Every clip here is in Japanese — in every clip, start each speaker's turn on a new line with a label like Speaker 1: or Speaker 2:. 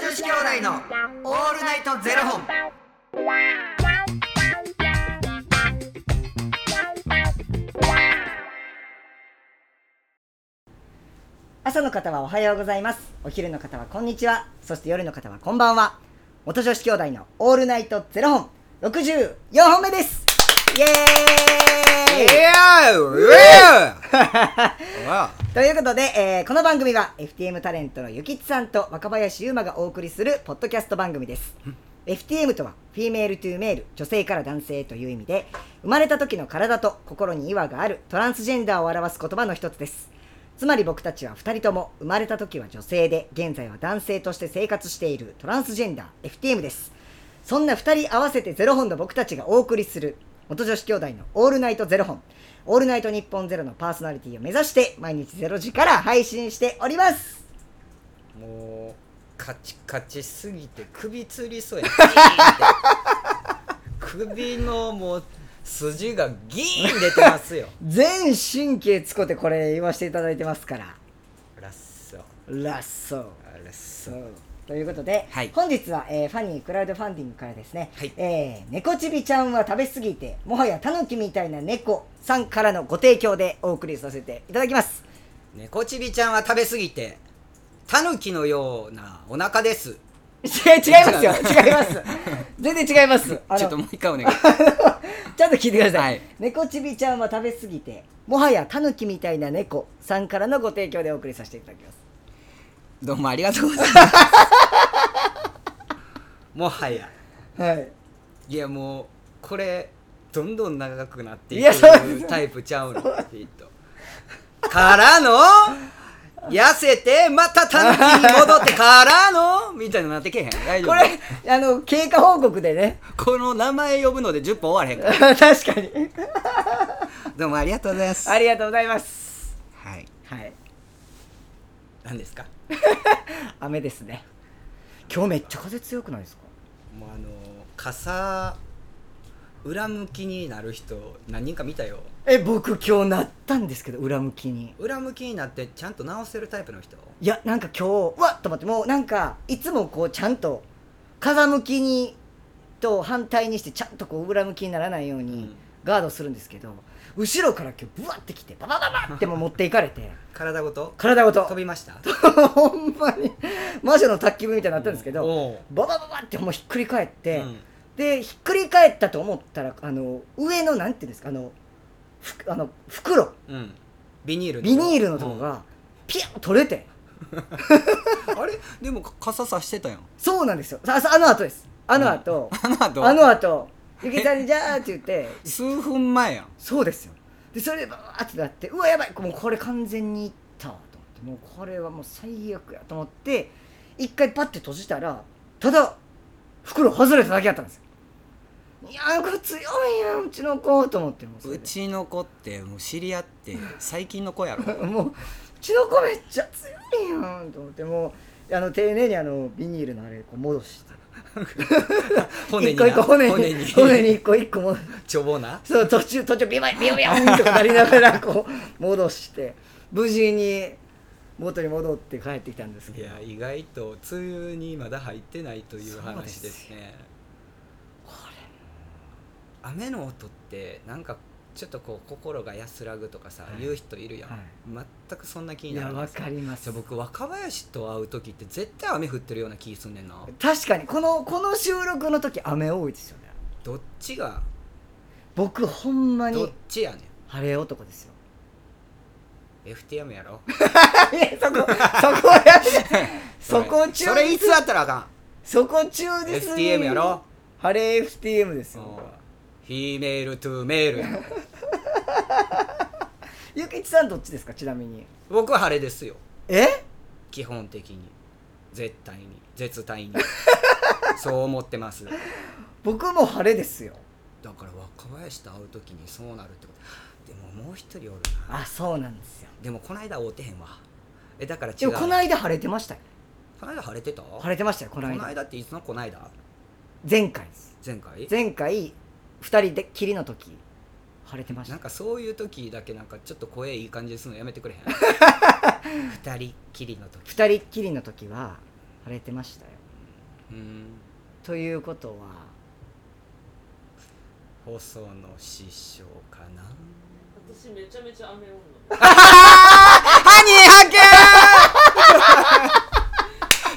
Speaker 1: 子兄弟のオールナイトゼロ本。
Speaker 2: 朝の方はおはようございますお昼の方はこんにちはそして夜の方はこんばんは元女子兄弟のオールナイトゼロ本64本目ですイエ
Speaker 3: い
Speaker 2: ーイ
Speaker 3: やーうえー
Speaker 2: ということで、えーこの番組は FTM タレントのゆきつさんと若林優馬がお送りするポッドキャスト番組です FTM とはフィメールトゥーメール女性から男性という意味で生まれた時の体と心に違和があるトランスジェンダーを表す言葉の一つですつまり僕たちは2人とも生まれた時は女性で現在は男性として生活しているトランスジェンダー FTM ですそんな2人合わせてゼロ本の僕たちがお送りする元女子兄弟のオールナイトゼロ本オールナイト日本ゼロのパーソナリティを目指して毎日ゼロ時から配信しております
Speaker 3: もうカチカチすぎて首つりそうやギーンって首のもう筋がギーン出てますよ
Speaker 2: 全神経使ってこれ言わせていただいてますから
Speaker 3: ラッソ
Speaker 2: ラッソー
Speaker 3: ラッソ
Speaker 2: そうということで、
Speaker 3: はい
Speaker 2: 本日は、えーファニークラウドファンディングからですね、
Speaker 3: はい
Speaker 2: えー猫ちびちゃんは食べ過ぎてもはやタヌキみたいな猫さんからのご提供でお送りさせていただきます
Speaker 3: 猫ちびちゃんは食べ過ぎてタヌキのようなお腹です
Speaker 2: 違い違いますよ違 います全然違いますあの
Speaker 3: ちょっともう一回お願い
Speaker 2: ちゃんと聞いてください、
Speaker 3: はい
Speaker 2: 猫ちびちゃんは食べ過ぎてもはやタヌキみたいな猫さんからのご提供でお送りさせていただきます
Speaker 3: どうもありがとうございますもはや
Speaker 2: はい
Speaker 3: いやもうこれどんどん長くなってい
Speaker 2: いやそうです
Speaker 3: くタイプちゃうのきっとからの痩せてまたタヌキに戻ってからのみたいになってけへん大丈夫
Speaker 2: これあの経過報告でね
Speaker 3: この名前呼ぶので10分終われへんから
Speaker 2: 確かに
Speaker 3: どうもありがとうございます
Speaker 2: ありがとうございます
Speaker 3: はい
Speaker 2: はい
Speaker 3: 何ですか
Speaker 2: 雨ですね今日めっちゃ風強くないですか
Speaker 3: もうあの傘裏向きになる人何人か見たよ
Speaker 2: え僕今日なったんですけど裏向きに
Speaker 3: 裏向きになってちゃんと直せるタイプの人
Speaker 2: いやなんか今日うわっと思ってもうなんかいつもこうちゃんと風向きにと反対にしてちゃんとこう裏向きにならないよう
Speaker 3: う
Speaker 2: に
Speaker 3: ん
Speaker 2: ガードするんですけど、後ろから今日ブワッてきてババババってもう持っていかれて
Speaker 3: 体ごと
Speaker 2: 体ご
Speaker 3: 飛
Speaker 2: と
Speaker 3: びました
Speaker 2: ほんまに魔女の宅急便みたいになったんですけど
Speaker 3: おう
Speaker 2: ババババってもうひっくり返って、
Speaker 3: うん
Speaker 2: でひっくり返ったと思ったらあの上のなんていうんですかあのふあの袋
Speaker 3: うん、ビニール
Speaker 2: ビニールのとこ、がピュッと取れて
Speaker 3: うんあれでもか傘さしてたやん
Speaker 2: そうなんですよささあの後ですあの後、
Speaker 3: あの後
Speaker 2: あの後ゆきちゃんにじゃーって言って
Speaker 3: 数分前やん
Speaker 2: そうですよでそれでバーってなってうわやばいもうこれ完全にいったわと思ってもうこれはもう最悪やと思って一回パッて閉じたらただ袋外れただけやったんですよいやーこれ強いやんうちの子と思ってもうそれ
Speaker 3: う
Speaker 2: で
Speaker 3: ちの子ってもう知り合って最近の子やろ
Speaker 2: もううちの子めっちゃ強いやんと思ってもうあの丁寧にあのビニールのあれこう戻して 一個一個骨に骨 に一個一個も
Speaker 3: ちょぼな
Speaker 2: そう途中途中ビバビヨビヨンとかなりながらこう戻して無事に元に戻って帰ってきたんです
Speaker 3: い
Speaker 2: けど
Speaker 3: や意外と梅雨にまだ入ってないという話ですね雨の音ってなんかちょっとこう心が安らぐとかさ、
Speaker 2: はい
Speaker 3: 言う人いるやん、
Speaker 2: はい
Speaker 3: 全くそんな気
Speaker 2: い
Speaker 3: にな
Speaker 2: や
Speaker 3: らない
Speaker 2: わかりま
Speaker 3: じ
Speaker 2: す
Speaker 3: ゃあ僕若林と会う時って絶対雨降ってるような気すんねんな
Speaker 2: 確かにこのこの収録の時雨多いですよね
Speaker 3: どっちが
Speaker 2: 僕ほんま
Speaker 3: どっ
Speaker 2: に
Speaker 3: ちやね
Speaker 2: 晴れ男ですよ
Speaker 3: ん FTM やろ
Speaker 2: いやそこそこはやめて そこ中
Speaker 3: それいつだったらあか
Speaker 2: そこ中
Speaker 3: ん
Speaker 2: です
Speaker 3: FTM やろ
Speaker 2: 晴れ FTM です
Speaker 3: うん
Speaker 2: よ僕は
Speaker 3: フィメールトゥーメールや ろ
Speaker 2: ゆきちさんどっちですかちなみに
Speaker 3: 僕は晴れですよ
Speaker 2: え
Speaker 3: 基本的に絶対に絶対 にそう思ってますだ
Speaker 2: 僕も晴れですよ
Speaker 3: から若林と会う時にそうなるってことでももう一人おるな
Speaker 2: あそうなんですよ
Speaker 3: でもこないだ会うてへんわえだから違
Speaker 2: で
Speaker 3: う
Speaker 2: もこの間晴れてましたよ
Speaker 3: こないだ晴れてた
Speaker 2: 晴れてましたよこ
Speaker 3: こ
Speaker 2: の間
Speaker 3: ないだっていつのこないだ
Speaker 2: 前回です
Speaker 3: 前回
Speaker 2: 前回2人できりの時晴れてまし
Speaker 3: な
Speaker 2: た
Speaker 3: んかそういう時だけなんかちょっと声いい感じにするのやめてくれ へん二人っきりの時
Speaker 2: 2人っきりの時は晴れてましたよ
Speaker 3: うん
Speaker 2: ということは
Speaker 3: 細野師匠かな
Speaker 4: 私めちゃめちゃ雨女。
Speaker 3: ハニーハ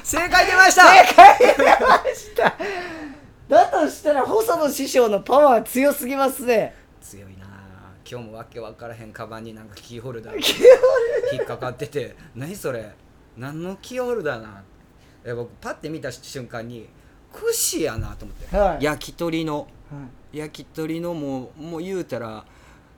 Speaker 3: ケ正解出ました
Speaker 2: だとしたら細野師匠のパワー強すぎますね
Speaker 3: 強いなあ今日もわけわからへんカバンになんかキーホルダーが引っかかってて何それ何のキーホルダーなんえ僕パッて見た瞬間に串やなと思って、
Speaker 2: はい
Speaker 3: 焼き鳥の
Speaker 2: はい
Speaker 3: 焼き鳥のもうもう言うたら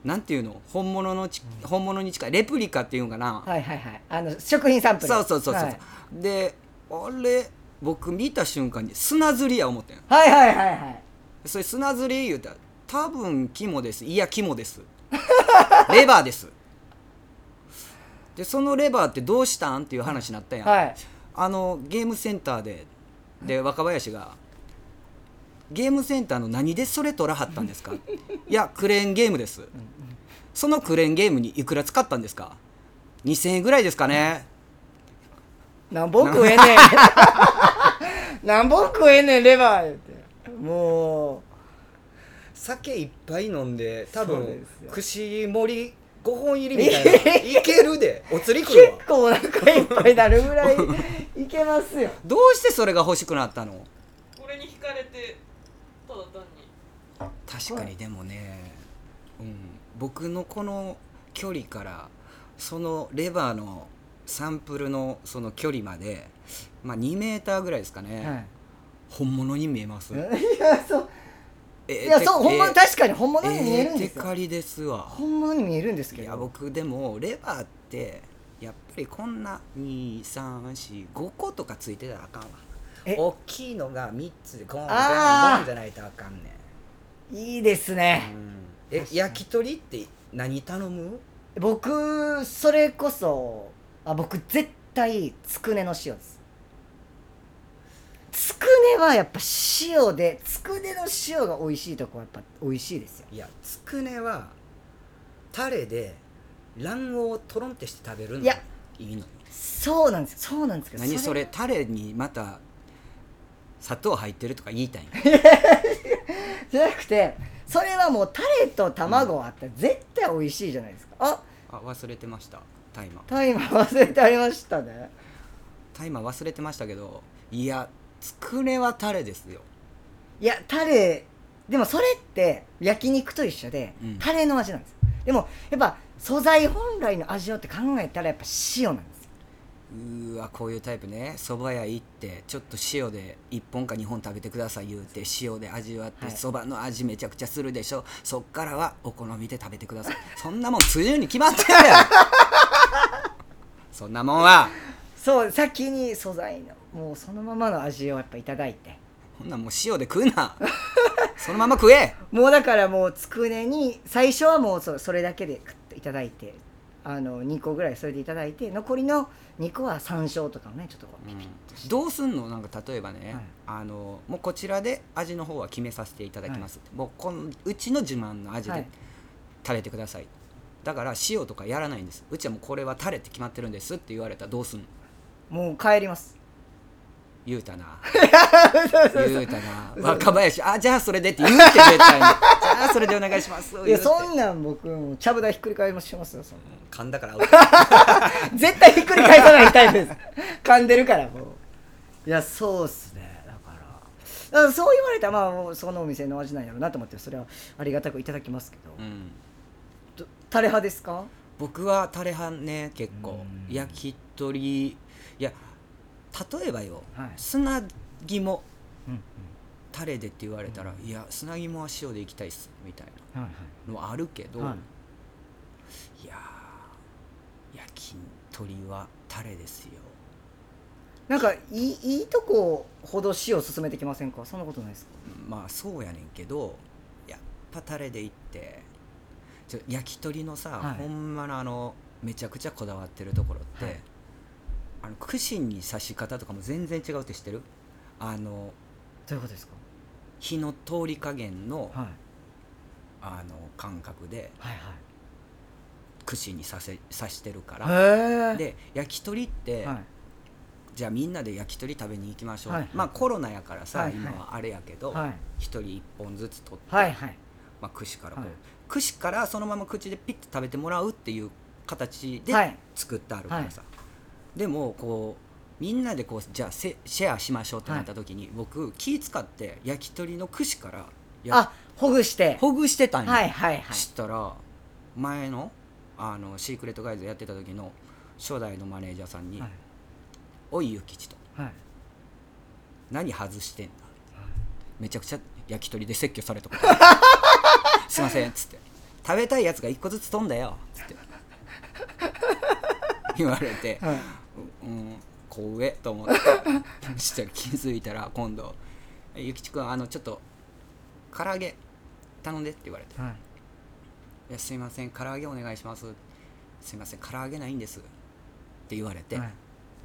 Speaker 3: なんていうの本物のち、本物に近いレプリカっていうんかな、
Speaker 2: はいはいはいあの食品サンプル
Speaker 3: そうそうそうそう、
Speaker 2: はい、
Speaker 3: であれ僕見た瞬間に砂ずりや思ってん
Speaker 2: はいはいはいはい
Speaker 3: それ砂ずり言うたら多分肝ですいや肝です レバーですでそのレバーってどうしたんっていう話になったやん、
Speaker 2: はい
Speaker 3: あのゲームセンターでで若林が「ゲームセンターの何でそれ取らはったん ですか? 」いやクレーンゲームです」そのクレーンゲームにいくら使ったんですか2000円ぐらいですかね、
Speaker 2: なんぼ食えね えなんぼ食えねえレバー言うても
Speaker 3: 酒いっぱい飲んで多
Speaker 2: そうですよ
Speaker 3: 串盛り5本入りみたいな いけるでお釣り
Speaker 2: う
Speaker 3: 来るわ
Speaker 2: 結構お腹いっぱいになるぐらいいけますよ
Speaker 3: どうしてそれが欲しくなったの
Speaker 4: これに惹かれて、ただ単に。
Speaker 3: 確かにでもね、うん、僕のこの距離からそのレバーのサンプルのその距離まで、まあ、2メーターぐらいですかね、
Speaker 2: はい
Speaker 3: 本物に見えます、
Speaker 2: いやそう
Speaker 3: え
Speaker 2: いやそう本物確かに本
Speaker 3: か
Speaker 2: 物に見えるん
Speaker 3: テ
Speaker 2: ですよ
Speaker 3: カリですわ
Speaker 2: 本物に見えるんです
Speaker 3: い
Speaker 2: け
Speaker 3: や
Speaker 2: ど
Speaker 3: 僕でもレバーってやっぱりこんな2345個とかついてたらあかんわ
Speaker 2: え
Speaker 3: 大きいのが3つでゴンゴンゴン
Speaker 2: あー
Speaker 3: じゃないとあかんねん
Speaker 2: いいですね
Speaker 3: え焼き鳥って何頼む
Speaker 2: 僕それこそあ僕絶対つくねの塩ですつくねはやっぱ塩でつくねの塩が美味しいとこはやっぱ美味しいですよ
Speaker 3: いやつくねはタレで卵黄をトロンってして食べるの
Speaker 2: いや
Speaker 3: いいの
Speaker 2: そうなんですよそうなんですけど
Speaker 3: 何それタレにまた砂糖入ってるとか言いたいん
Speaker 2: じゃなくてそれはもうタレと卵あったら絶対美味しいじゃないですかあ
Speaker 3: あ忘れてましたタイマー
Speaker 2: タイマー忘れてありましたね
Speaker 3: タイマー忘れてましたけどいやつくねはタレですよ
Speaker 2: いやタレでもそれって焼肉と一緒で、
Speaker 3: うん
Speaker 2: タレの味なんですよでもやっぱ素材本来の味をって考えたらやっぱ塩なんですよ
Speaker 3: うーわこういうタイプねそば屋行ってちょっと塩で1本か2本食べてください言うて塩で味わって
Speaker 2: はい
Speaker 3: そば、の味めちゃくちゃするでしょそっからはお好みで食べてくださいそんなもん梅雨に決まってるやろそんなもんは
Speaker 2: そう先に素材のもうそのままの味をやっぱいただいて
Speaker 3: こんなんもう塩で食うなそのまま食え
Speaker 2: もうだからもうつくねに最初はもうそそれだけでいただいてあの2個ぐらいそれでいただいて残りの2個は山椒とかをねちょっとこうピピッとして、
Speaker 3: どうすんのなんか例えばね、
Speaker 2: はい
Speaker 3: あのもうこちらで味の方は決めさせていただきます、もうこのうちの自慢の味
Speaker 2: は
Speaker 3: で
Speaker 2: い
Speaker 3: 食べてください、だから塩とかやらないんですうちはもうこれはタレって決まってるんですって言われたらどうすんの
Speaker 2: もう帰ります
Speaker 3: 言うた な言うたな若林あじゃあそれでって言うて絶対にじゃあそれでお願いします
Speaker 2: いや
Speaker 3: 言うて
Speaker 2: そんなん僕もうちゃぶ台ひっくり返しますよそんな
Speaker 3: 噛んだからアウト
Speaker 2: 絶対ひっくり返さないタイプです噛んでるからもういやそうっすねだからだからそう言われたらまあもうそのお店の味なんやろうなと思ってそれはありがたくいただきますけど、
Speaker 3: うん
Speaker 2: どタレ派ですか
Speaker 3: 僕はタレ派ね結構
Speaker 2: うん
Speaker 3: 焼き鳥いや例えばよ、
Speaker 2: はい
Speaker 3: 砂肝
Speaker 2: うん
Speaker 3: タレでって言われたら、いや砂肝は塩でいきたいっすみたい
Speaker 2: うんはい
Speaker 3: なのはあるけど、、
Speaker 2: はい
Speaker 3: やー焼き鳥はタレですよ
Speaker 2: なんかいいいいとこほど塩を進めてきませんかそんなことないですか
Speaker 3: まあそうやねんけどやっぱタレでいってちょ焼き鳥のさ、
Speaker 2: はい
Speaker 3: ほんまのあのめちゃくちゃこだわってるところって、
Speaker 2: はい
Speaker 3: あの串に刺し方とかも全然違うって知ってるあの
Speaker 2: どういうことですか、
Speaker 3: 火の通り加減の,、
Speaker 2: はい、
Speaker 3: あの感覚で
Speaker 2: はい
Speaker 3: 串に刺せ刺してるから、
Speaker 2: はいへえ
Speaker 3: で焼き鳥って、
Speaker 2: はい
Speaker 3: じゃあみんなで焼き鳥食べに行きましょう、
Speaker 2: はい
Speaker 3: まあコロナやからさ、
Speaker 2: はいはい
Speaker 3: 今はあれやけど
Speaker 2: はい
Speaker 3: 一、人一本ずつ取って、
Speaker 2: はいはい
Speaker 3: まあ、串からこう、
Speaker 2: はい
Speaker 3: 串からそのまま口でピッと食べてもらうっていう形で
Speaker 2: はい
Speaker 3: 作ってあるからさ、でもこうみんなでこうじゃあせシェアしましょうってなった時に、僕気使って焼き鳥の串からや
Speaker 2: あほぐして
Speaker 3: ほぐしてたんや、
Speaker 2: はいはいはい
Speaker 3: 知ったら前のあのシークレットガイズやってた時の初代のマネージャーさんに
Speaker 2: はい
Speaker 3: 「おいゆきち」と
Speaker 2: はい
Speaker 3: 「何外してんだ」めちゃくちゃ焼き鳥で説教された ことすいません」っつって「食べたいやつが一個ずつ飛んだよ」っつ って言われて、
Speaker 2: はい
Speaker 3: うん、怖えと思ってそしたら気づいたら今度「えゆきちくんあのちょっと唐揚げ頼んで」って言われて
Speaker 2: はい
Speaker 3: いやすいません唐揚げお願いしますすいません唐揚げないんですって言われて、
Speaker 2: はい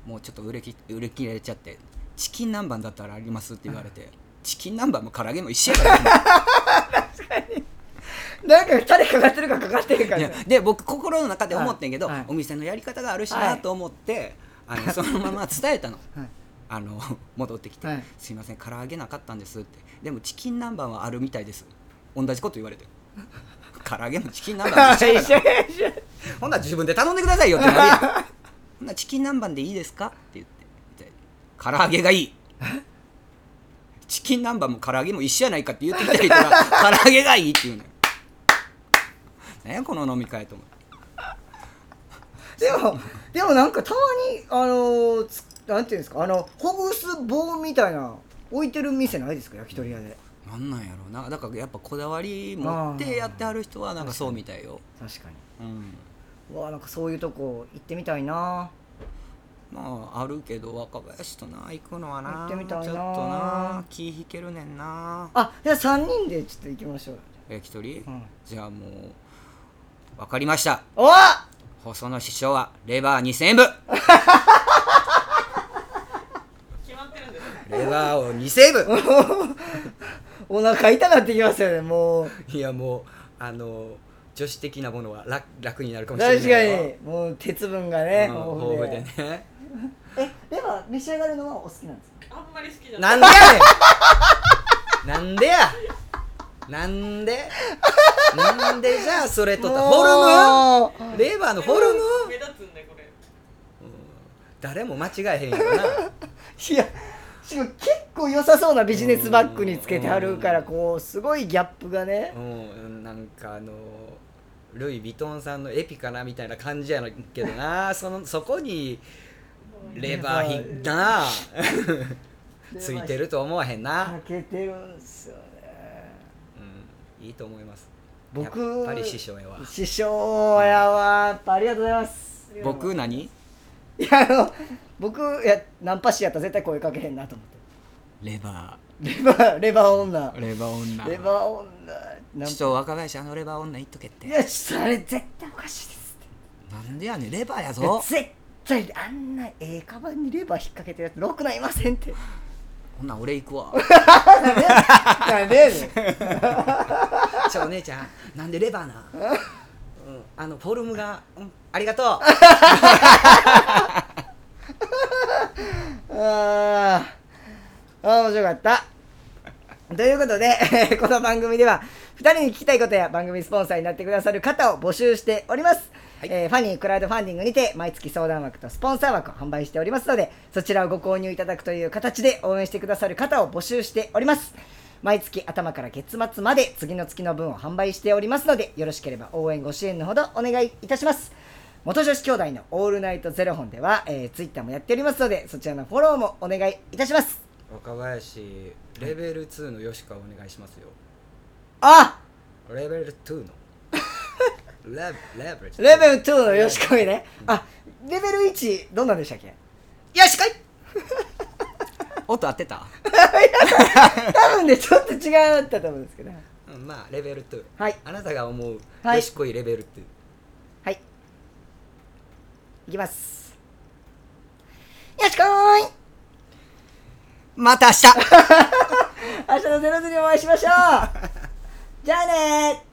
Speaker 3: もうちょっと売れき売れ切れちゃってチキン南蛮だったらありますって言われて、チキン南蛮も唐揚げも一緒やから
Speaker 2: なんか誰かかってるかかかってるか
Speaker 3: いや
Speaker 2: ら
Speaker 3: で僕心の中で思ってんけど、
Speaker 2: はいはい
Speaker 3: お店のやり方があるし
Speaker 2: は
Speaker 3: ないと思って、あのそのまま伝えたの。
Speaker 2: はい
Speaker 3: あの戻ってきて、
Speaker 2: はい
Speaker 3: すいません唐揚げなかったんです」って「でもチキン南蛮はあるみたいです」同じこと言われて「唐揚げもチキン南蛮も一緒やから」
Speaker 2: 一緒一緒
Speaker 3: ほんなら自分で頼んでくださいよってなる やんほんならチキン南蛮でいいですかって言ってで唐揚げがいいチキン南蛮も唐揚げも一緒やないかって言ってきたりたら 唐揚げがいいって言うのよ何やこの飲み会と思って
Speaker 2: でもでもなんかたまにあのつなんていうんですかあのほぐす棒みたいな置いてる店ないですか焼き鳥屋で
Speaker 3: なんなんやろうなだからやっぱこだわり持ってやってはる人はなんかそうみたいよ、
Speaker 2: 確かに
Speaker 3: うん、
Speaker 2: うわなんかそういうとこ行ってみたいな
Speaker 3: まああるけど若林とな行くのはな
Speaker 2: 行ってみたいな
Speaker 3: ちょっとな気引けるねんな
Speaker 2: あじゃあ3人でちょっと行きましょう
Speaker 3: 焼き鳥、
Speaker 2: うん
Speaker 3: じゃあもう分かりました
Speaker 2: おっ
Speaker 3: 細野師匠はレバー2000円分
Speaker 4: 決まってるんですね
Speaker 3: レバーを2000円分
Speaker 2: お腹痛なってきますよねもう
Speaker 3: いやもうあの女子的なものは楽楽になるかもしれない
Speaker 2: 確かにもう鉄分がね
Speaker 3: うん
Speaker 2: 豊
Speaker 3: 豊
Speaker 2: 富
Speaker 3: 富
Speaker 2: で
Speaker 3: でね
Speaker 2: えでは召し上がるのはお好きなんですか
Speaker 4: あんまり好きじゃない
Speaker 3: なんでやねんなんでやなんでなんでじゃあそれとったフォ
Speaker 2: も
Speaker 3: ルムレバーのフォルム
Speaker 4: 目立つんだよこれ
Speaker 3: 誰も間違えへんやろな
Speaker 2: ういやしかも結構良さそうなビジネスバッグにつけてあるからこうすごいギャップがね
Speaker 3: うんなんかあのルイ・ヴィトンさんのエピかなみたいな感じやなけど なそのそこにレバー引っなついてると思わへんな
Speaker 2: 欠、けてるんですよね
Speaker 3: うん、いいと思います
Speaker 2: 僕
Speaker 3: やっぱり師匠やわ
Speaker 2: 師匠やはやっぱありがとうございます
Speaker 3: 僕何
Speaker 2: いやあの僕いやナンパ師やったら絶対声かけへんなと思
Speaker 3: レバ
Speaker 2: ってレバーレバー女
Speaker 3: ーレバー女
Speaker 2: レバー女ナン
Speaker 3: 師匠若林あのレバー女言っとけっ
Speaker 2: パい
Speaker 3: て
Speaker 2: やそれ絶対おかしいですって
Speaker 3: なんでやねんレバーや
Speaker 2: いや
Speaker 3: ぞ
Speaker 2: 絶対あんなええカバンにレバー引っ掛けてるやつろくないませんって
Speaker 3: ほんなん俺行くわ
Speaker 2: なんでやねん
Speaker 3: じゃあお 姉ちゃんなんでレバー な、うん、あのフォルムが、うん、ありがとう
Speaker 2: あーあー面白かったということで この番組では2人に聞きたいことや番組スポンサーになってくださる方を募集しております、えーファニークラウドファンディングにて毎月相談枠とスポンサー枠を販売しておりますのでそちらをご購入いただくという形で応援してくださる方を募集しております毎月頭から月末まで次の月の分を販売しておりますのでよろしければ応援ご支援のほどお願いいたします元女子兄弟の「オールナイトゼロ本」では、えー、ツイッターもやっておりますのでそちらのフォローもお願いいたします
Speaker 3: 若林レベル2の吉川お願いしますよ
Speaker 2: あ
Speaker 3: レベル2のレベレベル
Speaker 2: レベル2の吉川ねあレベル1どんなんでしたっけ
Speaker 3: よしかい音合ってた、
Speaker 2: 多分ねちょっと違ったと思うんですけど
Speaker 3: うん、まあレベル2
Speaker 2: はい
Speaker 3: あなたが思う
Speaker 2: はい
Speaker 3: よしこいレベル2、
Speaker 2: はいいきますよしこーい
Speaker 3: また明日
Speaker 2: 明日のゼロゼロにお会いしましょうじゃあねー